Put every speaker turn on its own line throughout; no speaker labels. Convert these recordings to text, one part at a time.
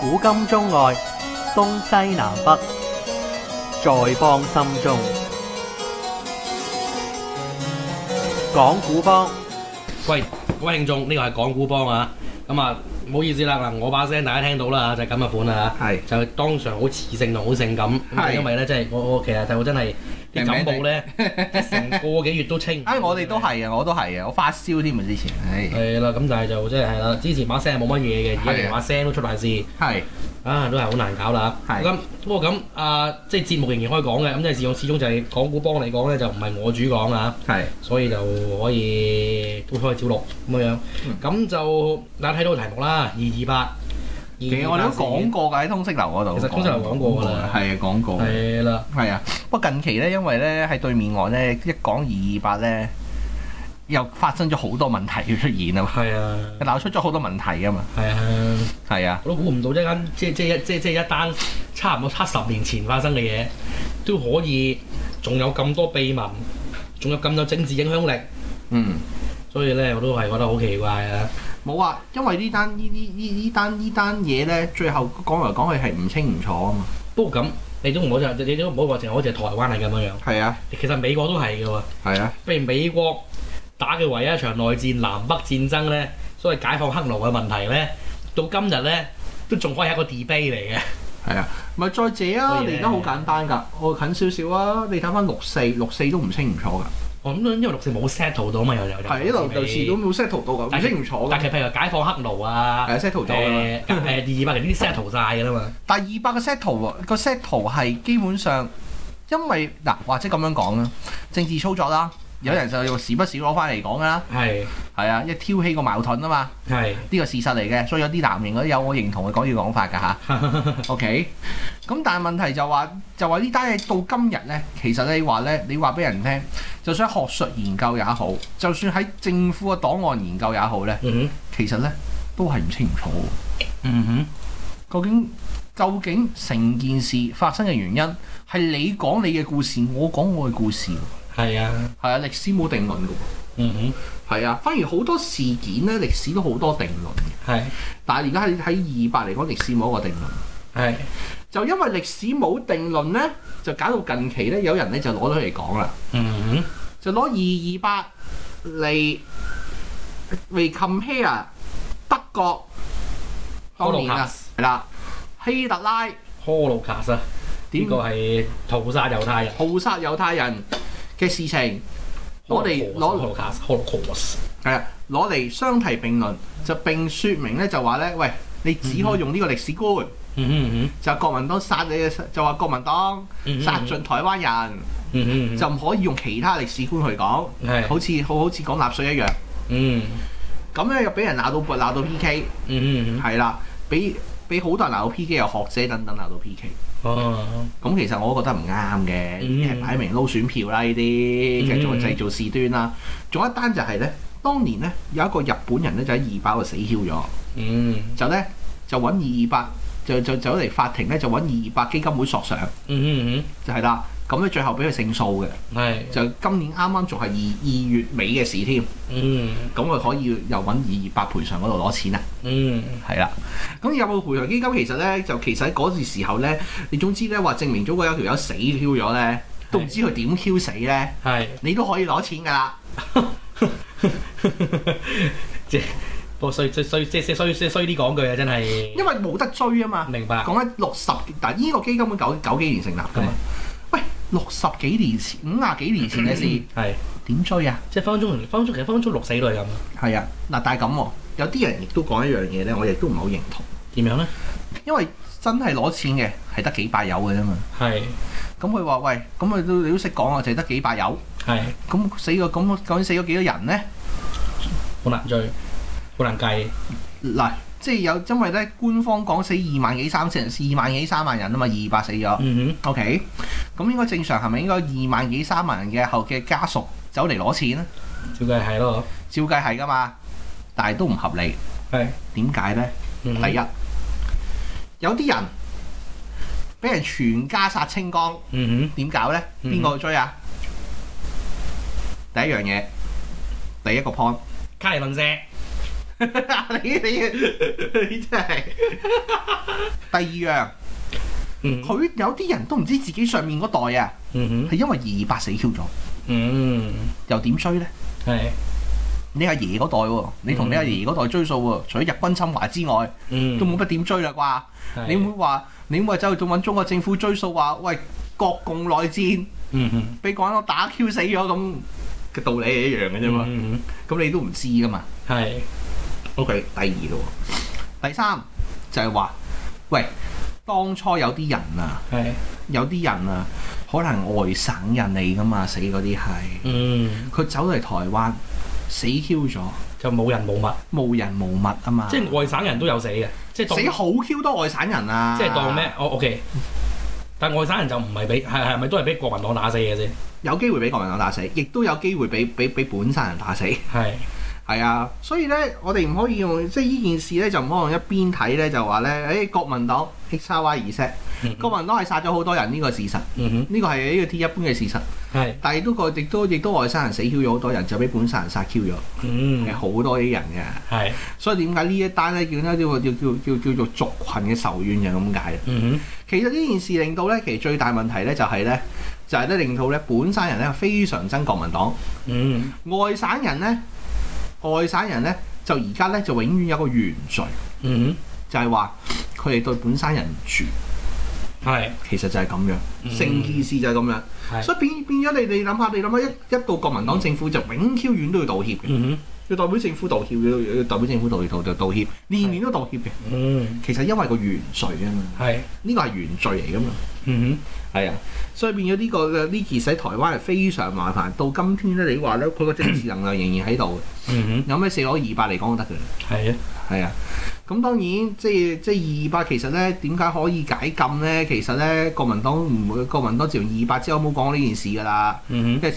古今中外，東西南北，在邦心中。講古幫
喂，各位聽眾，呢個係講古幫啊，咁啊唔好意思啦，嗱我把聲大家聽到啦，就係咁嘅款啦
係
嚇，就當場好磁性同好性感，咁
係
就因為咧即係我我其實就真係啲感冒咧，成個幾月 都清。
啊！我哋都。係啊，我都係啊，我發燒添啊之前，唉，
係啦，咁但係就即係係啦，之前把聲係冇乜嘢嘅，而家
係
連
啊
把聲都出大事，
係
啊都係好難搞啦。
係
咁不過咁啊，即係節目仍然可以講嘅，咁即係始終始終就係講古幫嚟講咧，就唔係我主講啊。
係
所以就可以都可以照錄咁樣。
嗯
咁就大家睇到個題目啦，二二八。其
其實我哋都講過㗎喺通識樓嗰度，
其實通識樓講過㗎啦
係啊講過，
係啦，
係啊。不過近期咧，因為咧喺對面岸咧一講二二八咧，又發生咗好多問題要出現啊嘛，
係啊，
鬧出咗好多問題啊嘛，
係啊，
係啊，
我都估唔到一間即係即係一即係即係一單差唔多七十年前發生嘅嘢，都可以仲有咁多秘密，仲有咁有政治影響力，
嗯。
所以咧我都係覺得好奇怪啊。
冇啊，因為呢單呢呢呢呢單呢單嘢咧，最後講嚟講去係唔清唔楚啊嘛。
不過咁你都唔好就你都唔好話淨係好似係台灣係咁樣樣，
係啊，
其實美國都係嘅喎。
係啊，
譬如美國打嘅唯一一場內戰南北戰爭呢，所謂解放黑奴嘅問題呢，到今日呢，都仲可以係一個 debate 嚟嘅。
係啊。咪再者啊，
所以呢
你而家好簡單㗎，我近少少啊，你睇翻六四，六四都唔清唔楚㗎。
我諗因為六四冇 settle 到嘛，又有
係一路就時都冇 set 圖到㗎，唔
但係
清唔楚
但
㗎。
係譬如解放黑奴啊，
係 set 圖
誒
咗㗎啦。
誒二百零呢啲 settle 晒㗎啦嘛。
但係二百個 set 圖喎，個 set 圖係基本上因為嗱，或者咁樣講啦，政治操作啦，有人就時不時攞翻嚟講㗎啦，
係
係啊，一挑起個矛盾啊嘛，
係
呢個事實嚟嘅，所以有啲男型嗰啲有我認同佢講要講法㗎吓。OK，咁但係問題就話就話呢單嘢到今日呢，其實你話呢，你話俾人聽，就算喺學術研究也好，就算喺政府嘅檔案研究也好呢，
嗯哼
其實呢都係唔清唔楚嘅。
嗯哼
究竟究竟成件事發生嘅原因係你講你嘅故事，我講我嘅故事喎，
係啊
係啊，歷史冇定論嘅喎，
嗯
係啊，反而好多事件呢，歷史都好多定論嘅，
哼係
但係而家喺喺二百嚟講，歷史冇一個定論。
係
就因為歷史冇定論咧，就搞到近期咧，有人咧就攞咗嚟講啦，
嗯哼
就攞二二八嚟嚟 compare 德國當年啊，係啦，希特拉
Holocaust 啊，呢
點
個係屠殺猶太人。
屠殺猶太人嘅事情，我哋攞
Holocaust，Holocaust
係啊，攞嚟相提並論，就並説明咧就話咧，喂，你只可以用呢個歷史觀，
嗯哼嗯哼。
就國民黨殺你嘅，就話國民黨殺盡台灣人，
嗯嗯嗯，
就唔可以用其他歷史觀去講。
係
好似好好似講納粹一樣，
嗯
咁咧又俾人鬧到撥鬧到 PK，
嗯嗯嗯
係啦，俾俾好多人鬧到 PK，又學者等等鬧到 PK。
哦
咁其實我覺得唔啱嘅，
嗯
呢啲係擺明撈選票啦，呢啲繼續
嗯
製造事端啦。仲有一單就係咧，當年咧有一個日本人咧就喺二百度死翹咗，
嗯
就咧就揾二二八就就走嚟法庭咧就揾二二八基金會索償，
Ừ. 嗯嗯
就係啦。咁咧最後俾佢勝訴嘅，
嗯，係
就今年啱啱仲係二二月尾嘅事添，
嗯
咁佢可以又揾二二八賠償嗰度攞錢啊！
嗯
係啦，咁有冇賠償基金其實咧，就其實喺嗰陣時候咧，你總之咧話證明咗嗰有條友死 Q 咗咧，都唔知佢點 Q 死咧，
係，
你都可以攞錢㗎啦。
即係不過衰衰衰即係衰衰衰啲講句啊，真係
因為冇得追啊嘛。
明白
講緊六十，但呢個基金會九九幾年成立㗎嘛。喂，六十幾年前、五廿幾年前嘅事，
係，
點追啊？
即係分分鐘分分鐘其實分分鐘六死都係咁，
係啊，嗱，但係咁喎，有啲人亦都講一樣嘢咧，我亦都唔係好認同，
點樣咧？
因為真係攞錢嘅係得幾百友嘅啫嘛。
係
咁佢話喂，咁佢都你都識講啊，就係得幾百友。
係
咁死咗咁究竟死咗幾多人呢？
好難追，好難計，
嗱，即係有因為咧，官方講死二萬幾三千二萬幾三萬人啊嘛，二百死咗。
嗯
OK，咁應該正常係咪應該二萬幾三萬人嘅後嘅家屬走嚟攞錢咧？
哼，照計係咯，
照計係噶嘛，但係都唔合理。
係
點解呢？
嗯
第一，有啲人俾人全家殺清光，
嗯
點搞呢？
嗯
邊個去追啊？第一樣嘢，第一個 point，
哼，卡尼論社
你你你真係第二樣，
嗯
佢有啲人都唔知自己上面嗰代啊，
嗯
係因為二二八死 Q 咗，
哼，嗯，
又點衰呢？
係，
你阿爺嗰代喎，你同你阿爺嗰代追數喎，除咗日軍侵華之外，
嗯，
都冇乜點追啦啩？
係
你會，話你會走去揾中國政府追數話，喂國共內戰
嗯哼，
俾港佬打 Q 死咗咁嘅道理係一樣嘅啫嘛，
嗯
咁、你都唔知噶嘛。
哼，係，
OK，第二咯喎，第三就係話，喂，當初有啲人啊，
係，
有啲人啊，可能外省人嚟噶嘛，死嗰啲係，
嗯，
佢走嚟台灣死 Q 咗，
就冇人冇物，
無人無物啊嘛，
即係外省人都有死嘅，即係當
死好 Q 多外省人啊，
即係當咩？？我 OK，但外省人就唔係俾係係咪都係俾國民黨打死嘅先？
有機會俾國民黨打死，亦都有機會俾俾俾本省人打死。
係，
係啊，所以咧，我哋唔可以用即係呢件事咧，就唔可以用一邊睇咧，就話咧，誒、國民黨 X Y 二 set，
嗯
國民黨係殺咗好多人呢、個事實，呢、
嗯
個係呢個鐵一般嘅事實。
哼，係，
但係都個亦都亦都外省人死 Q 咗好多人，就俾本省人殺 Q 咗，
嗯
係，好多啲人嘅。
係，
所以點解呢一單咧叫咧叫叫叫叫叫做族群嘅仇怨就係咁解啦。啊
嗯
其實呢件事令到咧，其實最大問題咧就係咧，就係咧令到咧本省人咧非常憎國民黨。
哼，嗯，
外省人呢，外省人呢，就而家呢，就永遠有個原罪，
嗯
就係話佢哋對本省人唔住，
哼，係，
其實就係咁樣，
嗯
成件事就係咁樣，
係
所以變變咗你你諗下，你諗下一一到國民黨政府就永 Q 遠都要道歉嘅，
嗯
要代表政府道歉，要要代表政府道歉道道道歉，年年都道歉嘅，
哼，嗯，
其實因為個原罪啊嘛，
係，
呢個係原罪嚟噶嘛。
嗯
係啊，所以變咗呢、個呃呢件事喺台灣係非常麻煩。到今天咧，你話咧，佢個政治能量仍然喺度嘅，
哼，嗯
有咩四攞二百嚟講就得嘅啦。
哼，係啊，
係啊，咁當然即係即係二百其實咧點解可以解禁咧？其實咧國民黨唔會，國民黨自從二百之後冇講呢件事㗎啦。
嗯哼，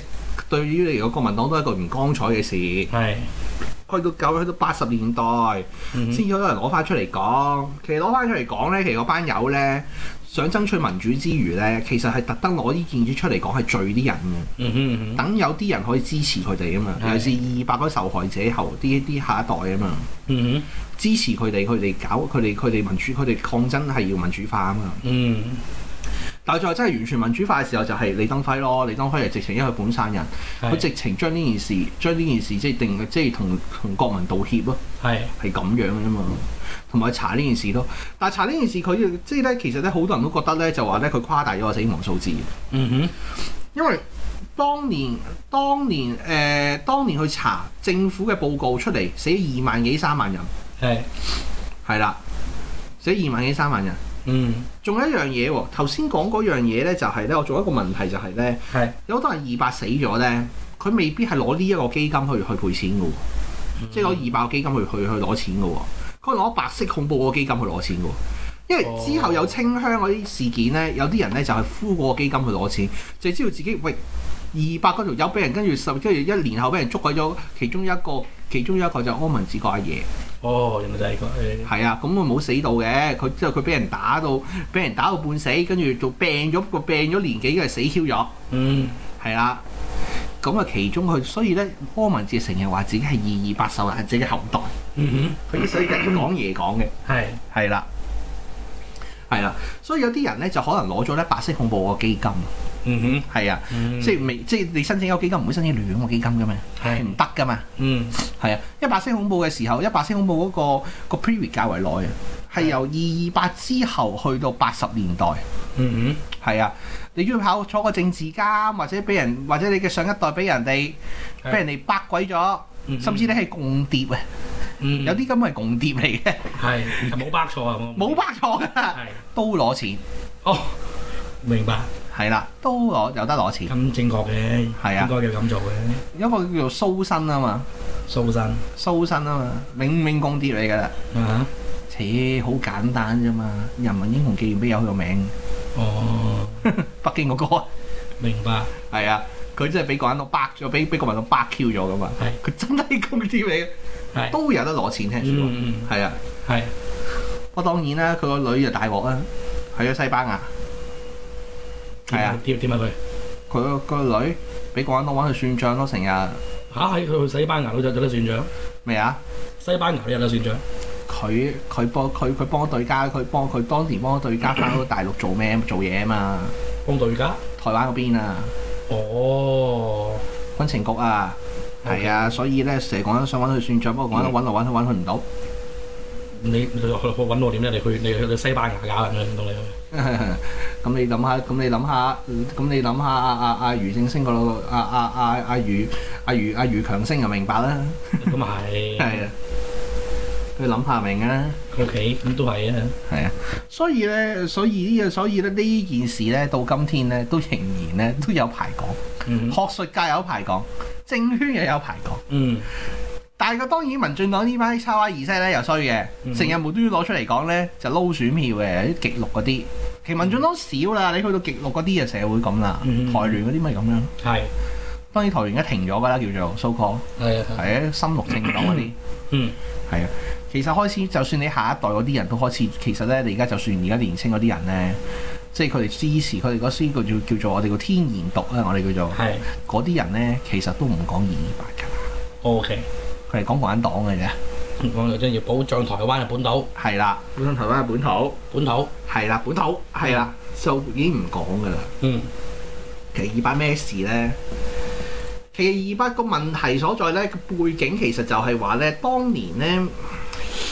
對於嚟講，國民黨都係一個唔光彩嘅事。去
係，
到九，去到八十年代
嗯哼，
先至有人攞翻出嚟講。其實攞翻出嚟講咧，其實嗰班友咧想爭取民主之餘咧，其實係特登攞呢件事出嚟講係罪啲人嘅，
嗯哼，嗯哼，
等有啲人可以支持佢哋啊嘛。
係
尤其是二百嗰受害者後啲啲下一代啊嘛。
嗯哼，
支持佢哋，佢哋搞佢哋佢哋民主，佢哋抗爭係要民主化啊嘛。
嗯，
但係最後真係完全民主化嘅時候，就係李登輝咯。李登輝係直情因為佢本省人，佢
係，
直情將呢件事將呢件事即係定即係同同國民道歉咯，
係，
係咁樣嘅啫嘛。同埋查呢件事咯，但係查呢件事佢即係咧，其實咧好多人都覺得咧就話咧佢誇大咗個死亡數字，
嗯
因為當年當年誒、呃、當年去查政府嘅報告出嚟，死咗二萬幾三萬人，
哼，係，
係啦，死咗二萬幾三萬人。
嗯，
仲有一樣嘢喎，頭先講嗰樣嘢咧，就係咧，我做一個問題就係咧，
係，
有好多人二百死咗咧，佢未必係攞呢一個基金去去賠錢嘅喎，即係
嗯
攞二百個基金去去去攞錢嘅喎，佢攞白色恐怖嗰個基金去攞錢嘅喎，因為之後有清鄉嗰啲事件咧，有啲人咧就係呼嗰個基金去攞錢，就知道自己喂二百嗰條友俾人跟住十跟住一年後俾人捉鬼咗，其中一個其中一個就係柯文哲個阿爺。
哦，原來就係個，誒
係啊，咁佢冇死到嘅，佢之後佢俾人打到，俾人打到半死，跟住仲病咗個病咗年幾嘅死 Q 咗，
嗯，
係啦。咁啊，其中佢所以咧，柯文哲成日話自己係二二八受難者嘅後代，
嗯
佢所以一講嘢講嘅，
哼，係，
係啦，係啦。所以有啲人咧就可能攞咗咧白色恐怖個基金，
嗯
係啊，
哼，
即係未即係你申請個基金唔會申請亂個基金嘅咩？係
係
唔，得噶嘛。
嗯，
係啊，一白色恐怖嘅時候，一白色恐怖嗰、個個 period 較為耐啊，係由二二八之後去到八十年代，
嗯
係啊，你要考坐個政治監，或者俾人，或者你嘅上一代俾人哋俾
係
人哋掰鬼咗，
哼，
甚至你係共諜啊，
嗯
有啲根本係共諜嚟嘅，
係係冇包錯啊，冇
冇掰錯㗎，
係
都攞錢，
哦，明白
係啦，都攞有得攞錢，
咁正確嘅，
係啊
應該要咁做嘅，
有一個叫做蘇生啊嘛，
蘇生
蘇生啊嘛，明明共諜嚟㗎啦，
啊，
切好簡單啫嘛，人民英雄紀念碑有佢個名，
哦，
北京嗰、個啊。
明白
係啊，佢真係俾個人都掰咗，俾俾個民黨掰 Q 咗噶嘛。
係
佢真係公啲嚟嘅，
係，
都有得攞錢聽説喎。
嗯嗯
係啊，
係
我當然啦，佢個女就大鑊啦，去咗西班牙。係啊，
點點啊佢
佢個佢個女俾個人黨揾佢算賬咯，成日
à? 嚇喺佢去西班牙佬就有得算賬，
咩啊？
西班牙都有得選獎，
佢佢幫佢佢幫對家，佢幫佢當年幫對家翻到大陸做咩做嘢啊嘛？
幫到而家。
台灣嗰邊啊，
哦，
軍情局啊，係啊，所以咧成日講想揾佢算賬，不過講得揾來揾去揾佢唔到。
你你揾我點咧？你去你去你西班牙搞人唔到你去。
咁你諗下，咁你諗下，咁你諗下阿阿阿余正星嗰度，阿阿阿阿余阿余阿余強星就明白啦，
咁啊係，
係啊，佢諗下明啊。
，O K，咁都係啊，
係啊，所以咧，所以呢、個，所以咧呢件事咧，到今天咧都仍然咧都有排講，
嗯
學術界有排講，政圈又有排講。
嗯，
但係個當然民進黨呢班叉娃二世咧又衰
嗯
嘅，成日無端端攞出嚟講咧就撈選票嘅，啲極綠嗰啲。其實民進黨少啦，你去到極綠嗰啲就社會咁啦，
嗯
台聯嗰啲咪咁樣。
係
當然台聯而家停咗㗎啦，叫做 so call
係啊，
係啊，深綠政黨嗰啲。
嗯
係啊，其實開始就算你下一代嗰啲人都開始，其實咧你而家就算而家年青嗰啲人咧，即係佢哋支持佢哋嗰啲叫做叫做我哋叫天然毒啊，我哋叫
係
做嗰啲人咧，其實都唔講二二八㗎啦，
，O K，
佢哋講共產黨嘅啫。
我哋真要保障台灣嘅本土，
係啦，本身台灣係本土，
本土，
係啦，本土係啦，就已經唔講㗎啦。
嗯
其實二八咩事咧？其實二八個問題所在咧，個背景其實就係話咧，當年咧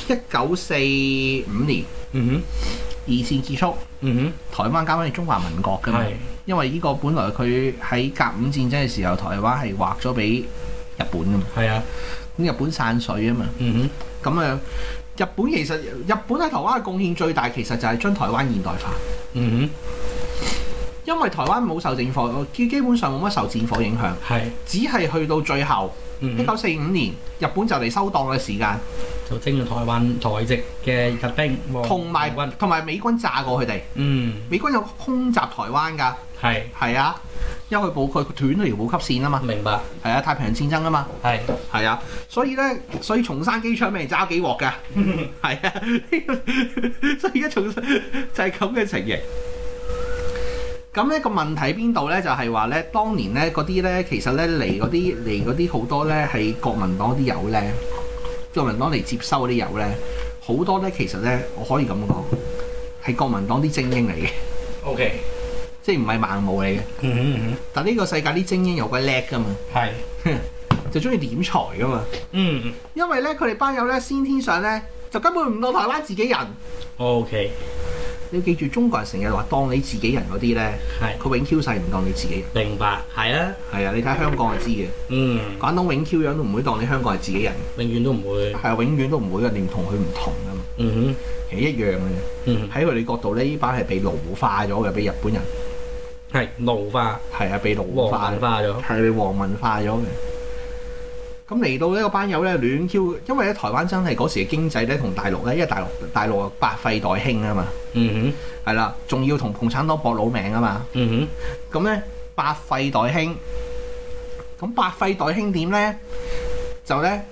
一九四五年
嗯
二戰結束。
哼嗯
台灣交翻去中華民國㗎
哼，
嘛，
係
因為呢個本來佢喺甲午戰爭嘅時候，台灣係劃咗俾日本㗎嘛，
係啊，
咁日本散水啊嘛，
嗯
咁啊日本其實日本喺台灣嘅貢獻最大，其實就係將台灣現代化，
哼嗯
因為台灣冇受戰火，基基本上冇乜受戰火影響，
哼，係，
只係去到最後一
嗯哼，
九四五年日本就嚟收檔嘅時間，
就徵用台灣台籍嘅日兵和
同埋
台軍，
同埋美軍炸過佢哋，
嗯
美軍有空襲台灣㗎，
係，
係啊，因為佢補佢斷咗條補給線啊嘛，
明白，
係啊太平洋戰爭啊嘛。
係
係啊，所以咧，所以松山機場俾人揸幾鑊㗎，係啊， 所以而家重就係咁嘅情形。咁呢個問題邊度咧？就係話咧，當年咧嗰啲咧，其實咧嚟嗰啲嚟嗰啲好多咧係國民黨啲友咧，國民黨嚟接收嗰啲友咧，好多咧其實咧，我可以咁講，係國民黨啲精英嚟嘅，
，O K，
即係唔係盲毛嚟嘅。
嗯哼嗯
但呢個世界啲精英有鬼叻㗎嘛，
哼，係，
就中意點財㗎嘛。
嗯
因為咧佢哋班友咧先天上咧就根本唔當台灣自己人。
，O K，
你要記住，中國人成日話當你自己人嗰啲咧，
係，
佢永 Q 世唔當你自己人。
明白，係啊，
係啊，你睇下香港就知嘅，
嗯，
廣東永 Q 樣都唔會當你香港係自己人，
永遠都唔會，
係啊，永遠都唔會嘅，你唔同佢唔同噶嘛，
嗯
其實一樣嘅。
哼，嗯哼，
喺佢哋角度呢，呢班係被奴化咗嘅，俾日本人
係奴化。
係啊，被奴
黃
化嘅
文，化咗。
係被皇民化咗嘅。咁嚟到呢個班友咧亂 Q，因為咧台灣真係嗰時嘅經濟咧同大陸咧，因為大陸大陸百廢待興啊嘛。
嗯哼，
係啦，仲要同共產黨搏老命啊嘛。
嗯
咁咧，百廢待興。咁百廢待興點咧？就咧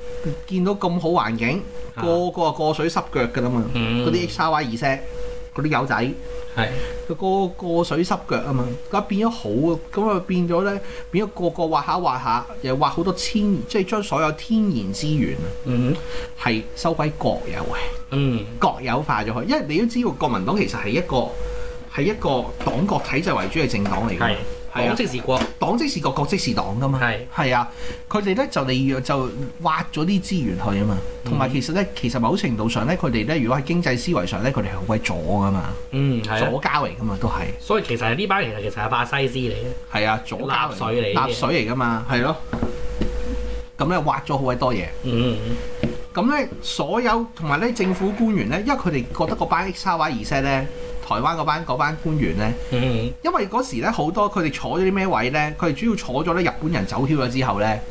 見到咁好環境，
啊
個個啊過水濕腳㗎啦嘛。
嗯
嗰啲 X Y 二 set，嗰啲友仔，
哼，係，
佢個過水濕腳啊嘛。咁變咗好，咁啊變咗咧，變咗個個挖下挖下，又挖好多天，即係將所有天然資源啊
嗯
係收歸國有嘅。
哼嗯，
國有化咗佢，因為你都知道國民黨其實係一個係一個黨國體制為主嘅政黨嚟
係
嘅，，係啊
港，即是國，
黨即是國，國即是黨噶嘛，
係，
係啊，佢哋咧就利用就挖咗啲資源去啊嘛，同埋
嗯
其實咧，其實某程度上咧，佢哋咧如果喺經濟思維上咧，佢哋係好鬼左噶嘛，
嗯係啊。
左交嚟噶嘛，都係
所以其實呢班其實其實係法西斯嚟嘅，
係啊，左交
納粹嚟嘅
納水嚟噶嘛，係咯，咁咧挖咗好鬼多嘢。
嗯
咁咧，所有同埋咧，政府官員咧，因為佢哋覺得嗰班 X、Y、二 set 咧，台灣嗰班嗰班官員咧，
嗯
因為嗰時咧好多佢哋坐咗啲咩位咧，佢哋主要坐咗咧日本人走囂咗之後咧，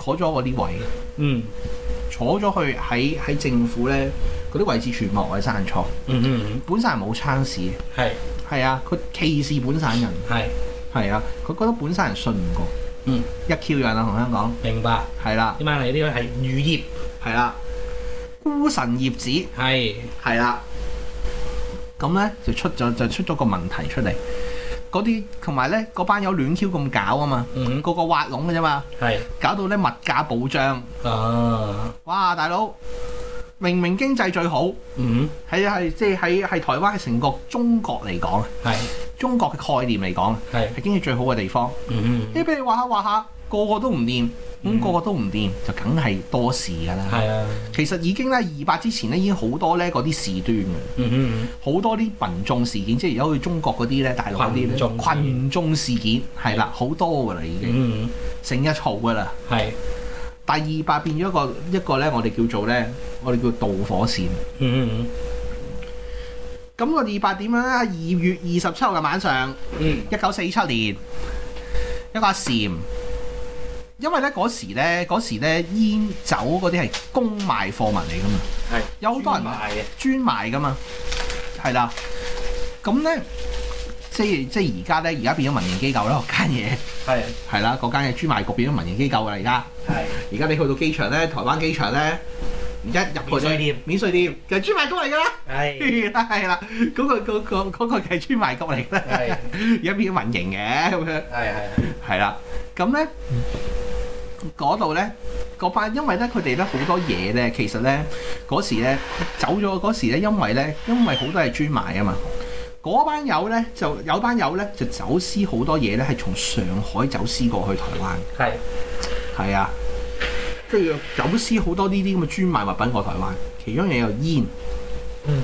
坐咗嗰啲位，
嗯
坐咗去喺喺政府咧嗰啲位置全部外省人坐，
嗯嗯，
本省人冇餐市嘅，
係
係啊，佢歧視本省人，
係，
係啊，佢覺得本省人信唔過，
嗯，
一 Q 樣啦，同香港
明白。
係啦，
呢班係呢個係漁業，
係啦，孤臣孽子。
係
係啦。咁咧就出咗就出咗個問題出嚟，嗰啲同埋咧嗰班友亂 Q 咁搞啊嘛，
嗯
個個挖窿嘅啫嘛，
係 Ờ.
搞到咧物價暴漲，
啊
哇大佬明明經濟最好，
嗯
喺係即係喺係台灣係成個中國嚟講，啊
哼，係
中國嘅概念嚟講，啊
係
係經濟最好嘅地方。
嗯
你
哼，
俾你畫下畫下，個個都唔掂，咁
嗯
個個都唔掂，就梗係多事㗎啦。
係啊，
其實已經咧二百之前咧已經好多咧嗰啲事端嘅，
嗯哼
好多啲群眾事件，即係而家好似中國嗰啲咧，大陸嗰啲
群眾事件
咧群眾事件係啦，好多㗎啦已經，
嗯
成日嘈㗎啦。
哼，係，
第二百變咗一個一個咧，我哋叫做咧，我哋叫導火線。
嗯
咁個二百點樣咧？二月二十七號嘅晚上，
哼，嗯
一九四七年，一個阿禪，因為咧嗰時咧嗰時咧煙酒嗰啲係公賣貨物嚟噶嘛，
係，
有好多人
專賣嘅，
專賣噶嘛，係啦。咁咧，即係即係而家咧，而家變咗民營機構啦，嗰間
係
嘢係啦，嗰間嘢專賣局變咗民營機構㗎啦，而家。
係
而家你去到機場咧，台灣機場咧，一入去
免稅店，
免稅店就係專賣局嚟㗎啦，
係
係啦 係啦，嗰個嗰個嗰個係專賣局嚟㗎啦，
係
而家變咗民營嘅咁樣，
係
係啦，咁咧嗰度咧。嗰班，因為咧佢哋咧好多嘢咧，其實咧嗰時咧走咗嗰時咧，因為咧因為好多係專賣啊嘛，嗰班友咧就有班友咧就走私好多嘢咧，係從上海走私過去台灣。
係
係啊，跟住走私好多呢啲咁嘅專賣物品過台灣，其中一樣有煙，
嗯。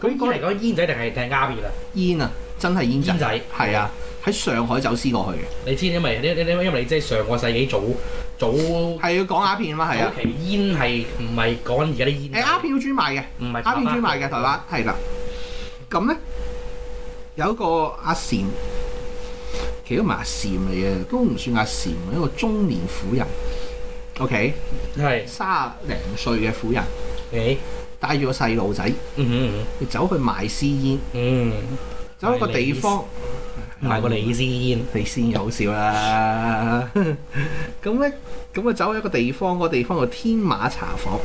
咁
咁
講
嗰
嚟講，煙仔定係定係鴉片啊？
煙啊，真係煙
煙
仔，
仔
係啊，喺上海走私過去嘅，
你知因為你你你因為你即係上個世紀早早
係要講鴉片啊嘛，係啊
早，期煙係唔係講緊而家啲煙
誒鴉片要專賣嘅，
唔係
鴉片專賣嘅台灣係啦，咁咧有一個阿禪，其實都唔係阿禪嚟嘅，都唔算阿禪，一個中年婦人，OK，
係
三零歲嘅婦人，
誒
帶住個細路仔，
嗯
佢走去賣私煙，
嗯
走一個地方。
嗯，賣個你支煙
你先有笑啦。 咁咧，咁啊走去一個地方，個地方叫天馬茶房。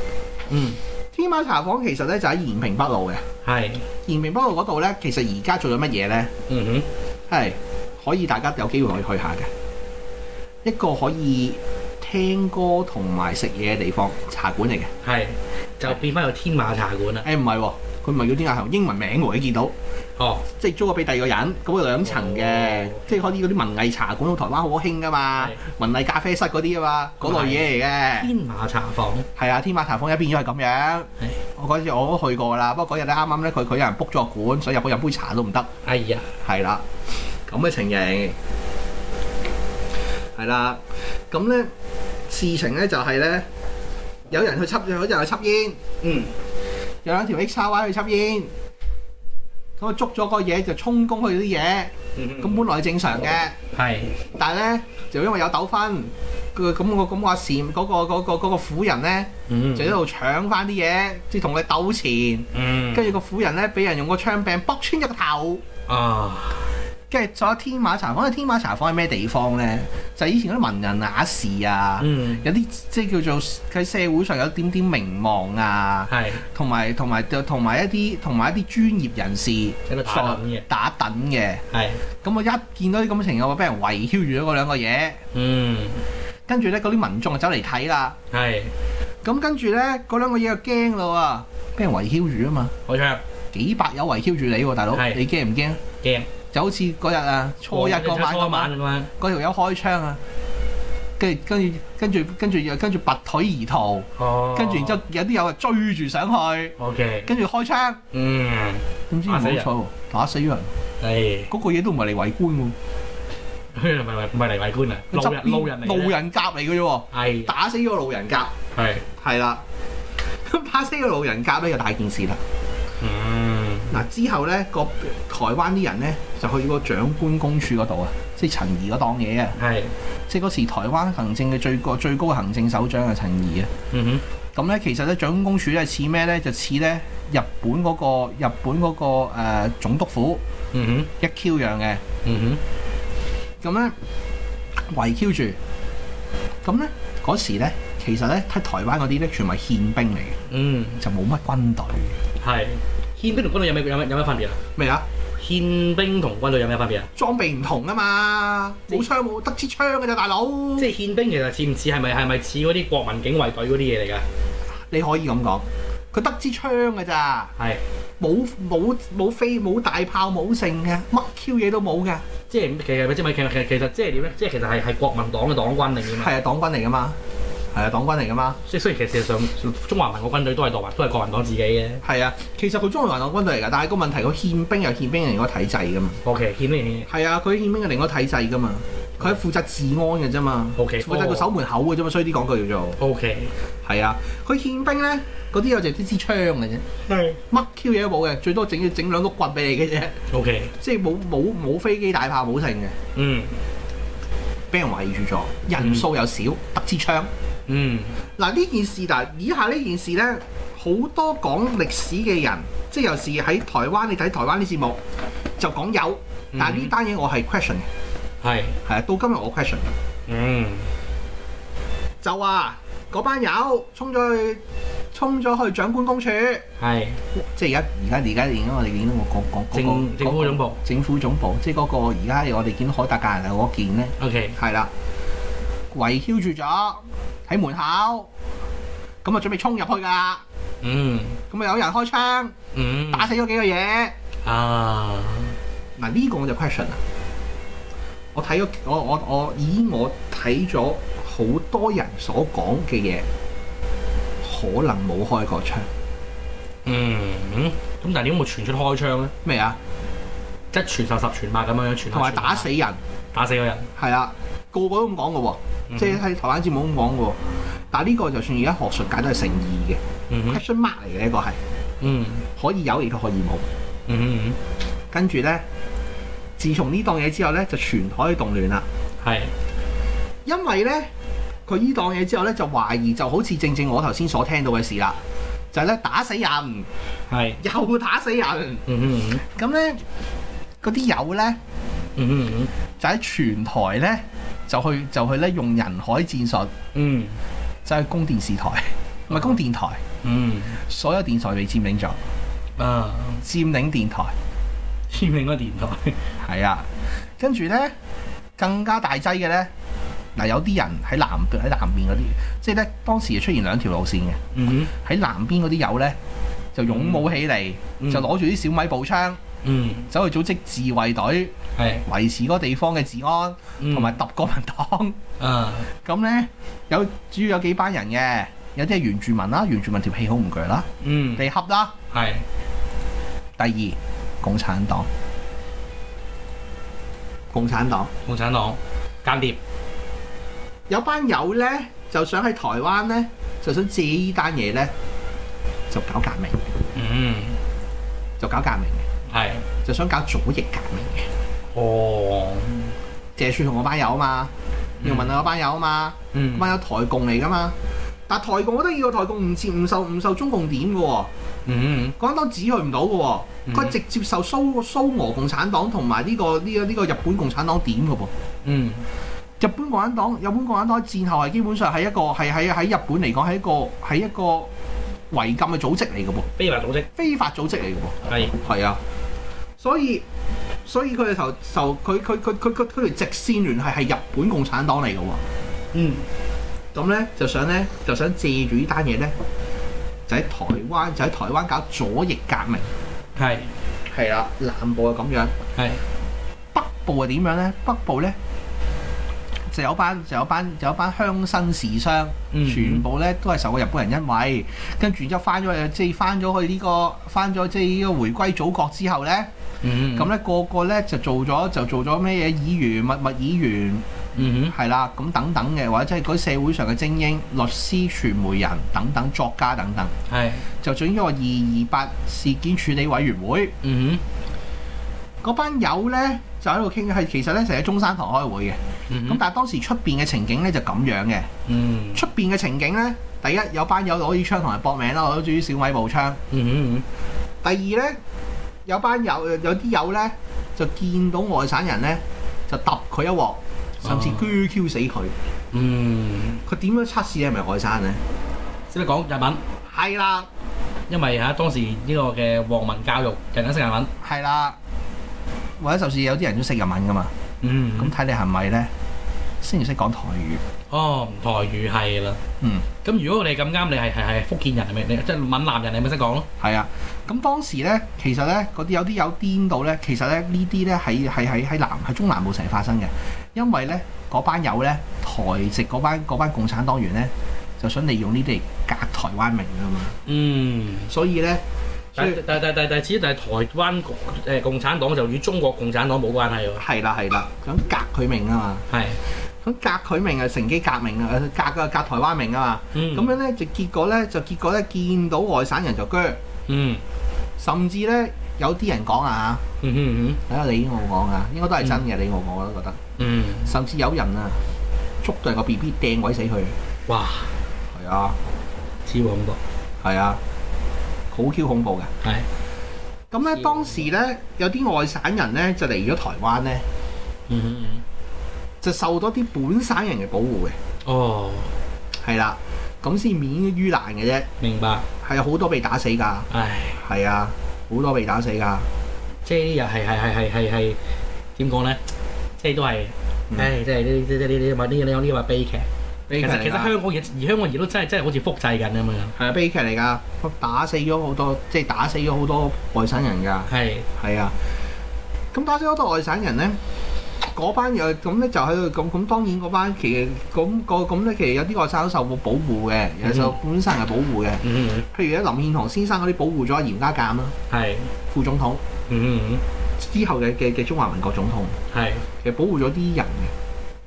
嗯
天馬茶房其實咧就喺延平北路嘅。
係
延平北路嗰度咧，其實而家做咗乜嘢咧？
嗯
係可以大家有機會可以去下嘅，一個可以聽歌同埋食嘢嘅地方，茶館嚟嘅。
哼係就變翻個天馬茶館啦
誒唔係喎，佢唔係叫天馬茶房，英文名喎，你見到。
哦
即係租咗俾第二個人，咁佢兩層嘅
哦，
即係嗰啲嗰啲文藝茶館，台灣好興噶嘛
係，
文藝咖啡室嗰啲啊嘛，嗰類嘢嚟嘅。
天馬茶房
係啊，天馬茶坊一邊咗係咁樣
係。
我嗰次我都去過啦，不過嗰日咧啱啱咧佢佢有人 book 咗個館，所以入去飲杯茶都唔得，
哎呀
係啦，咁嘅情形係啦。咁咧事情咧就係咧，有人去吸，有人去吸煙。
嗯
有兩條 X 叉 Y 去吸煙，咁啊捉咗個嘢就充公佢啲嘢，
嗯
咁本來係正常嘅，
係
但係咧就因為有糾紛，佢咁我咁我阿禪嗰個嗰、個嗰、個婦人咧
嗯
就喺度搶翻啲嘢，即係同佢鬥錢，
嗯
跟住個婦人咧俾人用個槍柄卜穿咗個頭。
啊
跟住仲有天馬茶坊，天馬茶坊係咩地方咧？就係以前嗰啲文人雅士啊，
嗯
有啲即係叫做喺社會上有點點名望啊，
係
同埋同埋同埋一啲同埋一啲專業人士
喺度打躉嘅
打躉嘅，
係
咁我一見到啲咁嘅情況，我俾人圍繞住咗嗰兩個嘢，
嗯
跟住咧嗰啲民眾就走嚟睇啦，
係
咁跟住咧嗰兩個嘢就驚啦喎，俾人圍繞住啊嘛，
好唱
幾百友圍繞住你喎，大佬，
係
你驚唔驚？
驚
就好似嗰日啊，初一嗰
哦
晚
初
嗰
一
晚，
晚咁樣
嗰條友開槍啊，跟住跟住跟住跟住又跟住拔腿而逃，
哦
跟住然之後有啲友啊追住上去，
OK
跟住開槍，
嗯
點知唔
打死
好彩
人
喎，打死人。
係。
嗰個嘢都唔係嚟圍觀
唔
喎，
係唔係嚟圍觀啊，
佢
路
側
人
邊
路人嚟嘅，
路人甲嚟嘅啫喎，
係
打死咗個路人甲，
係
係啦，咁 打死個路人甲咧就大件事啦。
嗯
嗱之後咧，個台灣啲人咧就去個長官公署嗰度啊，即係陳儀嗰檔嘢啊，
係
即係嗰時台灣行政嘅最高最高行政首長啊陳儀啊，
嗯
咁咧其實咧長官公署咧似咩咧？就似咧日本嗰、個日本嗰、個誒、呃、總督府
哼嗯
一 Q 樣嘅。
哼嗯
咁咧圍 Q 住，咁咧嗰時咧，其實咧喺台灣嗰啲咧，全部係憲兵嚟嘅，
哼嗯
就冇乜軍隊。
係憲兵同軍隊有咩有咩有咩分別啊？
咩啊？
憲兵同軍隊有咩分別啊？
裝備唔同啊嘛，冇槍冇得支槍嘅咋，大佬。
即係憲兵其實似唔似係咪係咪似嗰啲國民警衛隊嗰啲嘢嚟㗎？
你可以咁講，佢得支槍㗎咋，
係
冇冇冇飛冇大炮冇剩嘅，乜 Q 嘢都冇㗎，
即係其實即係其實其實其實即係點咧？即係其實係係國民黨嘅黨軍嚟嘅嘛。
係啊，黨軍嚟㗎嘛，係啊，黨軍嚟㗎嘛。
即係雖然其實事實上中華民國軍隊都係黨民，都係國民黨自己嘅。
係啊，其實佢中華民國軍隊嚟㗎，但係個問題佢憲兵有憲兵嘅另一個體制㗎嘛。
O.K. 顯呢顯
係啊，佢憲兵嘅另一個體制㗎嘛，佢係負責治安嘅啫嘛，
OK，
負責個
哦
守門口嘅啫嘛，所以啲講句叫做
O.K.
係啊。佢憲兵咧嗰啲有就係支槍嘅啫，
係
乜 Q 嘢都冇嘅，最多整整兩碌棍俾你嘅啫，
O.K.
即係冇冇冇飛機大炮冇剩嘅，
嗯
俾人圍住咗，人數又少，得支槍。
嗯
嗱呢件事，嗱以下呢件事呢，好多講歷史嘅人，即係有時喺台灣，你睇台灣啲節目就講有，
嗯
但係呢單嘢我係 question 嘅，
係
係啊，到今日我 question 嘅
嗯
就話嗰班友衝咗去，衝咗去長官公署，
係
即係而家而家而家而家我哋見到我講講
政
嗰個
政府總部
政府總部，即係嗰個而家我哋見到海達格蘭嗰件呢，
O.K.
係啦，圍繞住咗喺門口，咁啊準備衝入去㗎啦，
嗯
咁啊有人開槍。
嗯
打死咗幾個嘢。
啊
嗱呢個我就 question 啦。我睇咗我我我以我睇咗好多人所講嘅嘢，可能冇開過槍。
嗯咁，但係點會傳出開槍咧？
咩啊？
即係傳十十傳百咁樣樣傳下，
同埋
傳
打
下
死人
打死個人，
係啦，個個都咁講嘅喎，即係喺台灣節目咁講嘅喎。但係呢個就算而家學術界都係誠意嘅
嗯哼
question mark 嚟嘅呢個係
嗯
可以有亦都可以冇。
嗯嗯
跟住呢，自從呢檔嘢之後呢，就全台動亂啦。
嗯係
因為咧，佢依檔嘢之後咧，就懷疑就好似正正我頭先所聽到嘅事啦，就係、呢咧打死人，
係
又打死人，
嗯哼
咁咧嗰啲友咧
嗯哼嗯
就喺全台咧就去 就去咧用人海戰術，
嗯
就去攻電視台，唔係攻電台，
嗯
所有電台被佔領咗，
嗯啊
佔領電台，
簽領個電台
係啊，跟住咧更加大劑嘅咧。嗱，有啲人喺南喺南邊嗰啲，即係咧當時出現兩條路線嘅，
嗯
喺南邊嗰啲友呢，就勇武起嚟，
嗯
就攞住啲小米步槍，
哼嗯
走去組織自衛隊，
係嗯
維持嗰個地方嘅治安，同埋揼國民黨。
啊
咁呢，有主要有幾班人嘅，有啲係原住民啦，原住民條氣好唔鋸啦，
嗯
地恰啦。
係
第二，共產黨，共產黨
共產黨間諜
有班友呢，就想喺台灣呢，就想借呢單嘢呢，就搞革命，
嗯
就搞革命嘅，
係
就想搞左翼革命嘅。
哦
謝樹同嗰班友啊嘛，
嗯
廖文啊嗰班友啊嘛，
嗯
嗰班友台共嚟噶嘛。但台共好得意喎，台共唔接唔受唔受中共點嘅喎，
嗯
廣東指佢唔到嘅喎，
嗯
佢係直接受蘇蘇俄共產黨同埋呢個呢、個呢、個日本共產黨點嘅噃。
嗯
日本共產黨，日本共產黨戰後係基本上係一個係喺喺日本嚟講係一個係一個違禁嘅組織嚟嘅噃，
非法組織
非法組織嚟嘅噃，
係
係啊，所以所以佢哋頭受佢佢佢佢佢佢條直線聯繫係日本共產黨嚟嘅喎。
嗯
咁咧就想咧就想借住呢單嘢咧，就喺台灣就喺台灣搞左翼革命。
係
係啦，南部係咁樣，
係
北部係點樣咧？北部咧就有班就有班就有班鄉紳士商，
嗯
全部咧都係受過日本人恩惠，跟住然之後翻咗去即係翻咗去呢、個翻咗即係呢個回歸祖國之後咧，
嗯
咁咧、個個咧就做咗就做咗咩嘢議員、物物議員。
嗯
係啦，咁等等嘅，或者即係嗰啲社會上嘅精英、律師、傳媒人等等、作家等等，
哼係
就總之個二二八事件處理委員會
嗯
嗰班友呢，就喺度傾，係其實呢，成日喺中山堂開會嘅。
哼
咁、但係當時出邊嘅情景呢，就咁樣嘅，
嗯
出邊嘅情景呢，第一有班友攞支槍同人搏命啦，攞住啲小米步槍。
嗯
第二呢，有班友有啲友呢，就見到外省人呢，就揼佢一鑊，甚至
哦
鋸 Q 死佢。
嗯嗯
佢點樣測試係咪外省人呢？
識得講日文。
係啦。
因為嚇當時呢個嘅皇民教育，人人識日文。
係啦，或者就算有啲人都識日文噶嘛，
嗯
咁睇你係咪咧？先至識講台語。
哦，台語係啦。
嗯。
咁如果你咁啱，你係係係福建人係咪？你即係閩南人，你咪識講咯。
係啊，咁當時咧，其實咧嗰啲有啲有癲到咧，其實咧呢啲咧喺喺喺喺南喺中南部成日發生嘅，因為咧嗰班友咧台籍嗰班嗰班共產黨員咧就想利用呢啲嚟革台灣命啊嘛，
嗯。
所以咧，所
但
以
但但但但至於但係台灣共誒共產黨就與中國共產黨冇關係喎。
係啦係啦，想革佢命啊嘛，
係。
想革佢命啊，乘機革命啊，呃革啊革台灣命啊嘛，
嗯。
咁、樣咧就結果咧就結果咧見到外省人就鋸，
嗯。
甚至咧有啲人講啊，
嗯嗯
睇下你我講啊，應該都係真嘅，你我啊我都覺得。
嗯。嗯。
甚至有人啊捉到人個 B B 掟鬼死佢。
哇！
係啊，
超恐怖。
係啊，好 Q 恐怖嘅。
係。
咁
嗯
咧當時咧有啲外省人咧就嚟咗台灣咧，
嗯嗯嗯。
就受到啲本省人嘅保護嘅，
哦，
係啦，咁先免於難嘅啫。
明白。
係啊好多被打死㗎，
唉。
係啊，好多被打死㗎。
即係又係係係係係係點講咧？即係都係，
嗯
唉，即係呢呢呢呢呢呢呢呢個悲劇。
悲
其
劇
實其
嚟
實
㗎，
香港而而香港而都真係真係好似複製緊咁樣。
係啊，悲劇嚟㗎，打死咗好多，即係打死咗好多外省人㗎。
係，
係啊，咁打死好多外省人咧，嗰班又咁咧就喺度咁咁，當然嗰班其實咁個咁咧，其實有啲外省都受到保護嘅，有受本省人保護嘅。
嗯
譬如咧，林獻堂先生嗰啲保護咗嚴家淦啦，
係，
副總統
嗯
之後嘅嘅嘅中華民國總統，
係，
其實保護咗啲人嘅。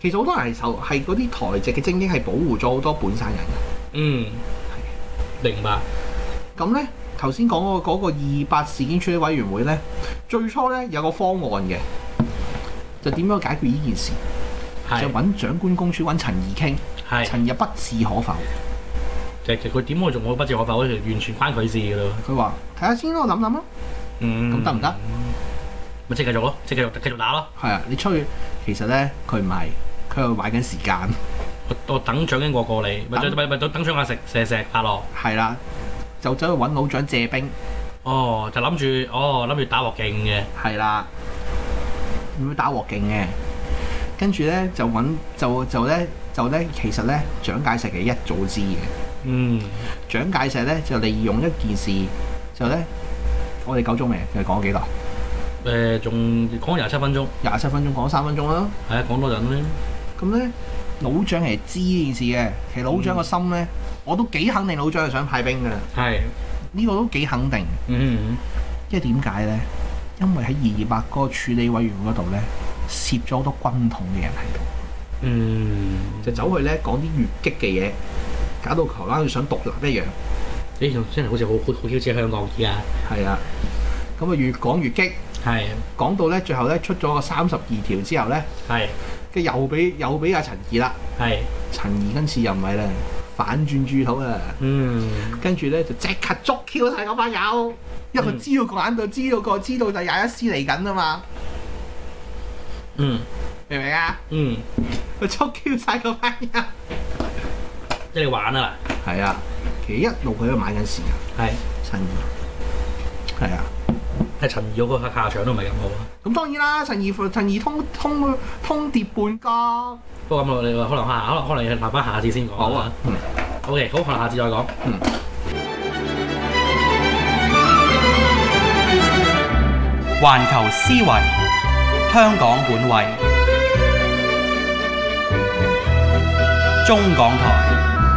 其實好多人係受係嗰啲台籍嘅精英係保護咗好多本省人嘅。
嗯，明白。
咁咧頭先講嗰個嗰個二八事件處理委員會咧，最初咧有個方案嘅，就點樣解決呢件事？就
係
揾長官公署揾陳怡傾，
係，
陳怡不置可否。
其實佢點會仲我不置可否？完全關佢事㗎咯。
佢話：睇下先咯，諗諗咯。
嗯，
咁得唔得？
咪即係繼續咯，即係繼續繼續打咯。
係啊，你吹，其實咧佢唔係，佢係買緊時間。
我我等獎經過過嚟，咪咪咪等獎下食射石拍落。
係啦，就走去揾老長借兵。
哦，就諗住哦諗住打鑊勁嘅。
係啦，咁樣打鑊勁嘅。跟住咧就揾就就咧就咧，其實咧蔣介石嘅一早知嘅。
嗯，
蔣介石咧就利用一件事，就咧我哋夠鐘未？就講咗幾耐？
誒仲講廿七分鐘。
廿七分鐘講三分鐘啦。
係啊，講多陣咧。
咁咧，老蔣係知呢件事嘅。其實老蔣個心咧，我都幾肯定老蔣係想派兵㗎啦。
係，
呢、個都幾肯定，
嗯，
因為點解咧？因為喺二八嗰個處理委員會嗰度咧，涉咗好多軍統嘅人喺度，
嗯，
就走去咧講啲越激嘅嘢，搞到台灣佢想獨立一樣。
呢種真係好似好好好似香港而家，
係啊，咁啊越講越激，
係
講到咧最後咧出咗個三十二條之後咧，
係
跟住又俾又俾阿陳怡啦，
係，
陳怡今次又唔係啦，反轉豬頭啦。
嗯，
跟住咧就即刻捉 Q 晒嗰班友，因為佢知道個眼度知道個知道就廿一師嚟緊啊嘛，
嗯
明唔明啊？
嗯，
佢捉 Q 晒嗰班友。
即係你玩啊啦，
係啊，其實一路佢喺度買緊時間，
係
陳怡。係啊，
係陳耀個下場都唔係咁好啊。
咁當然啦，陳怡陳怡通通通牒半角。
不過咁我哋可能下可能可能要留翻下次先講。
好啊，嗯
o k 好，可能下次再講。
嗯。
環球思維，香港本位，中港台。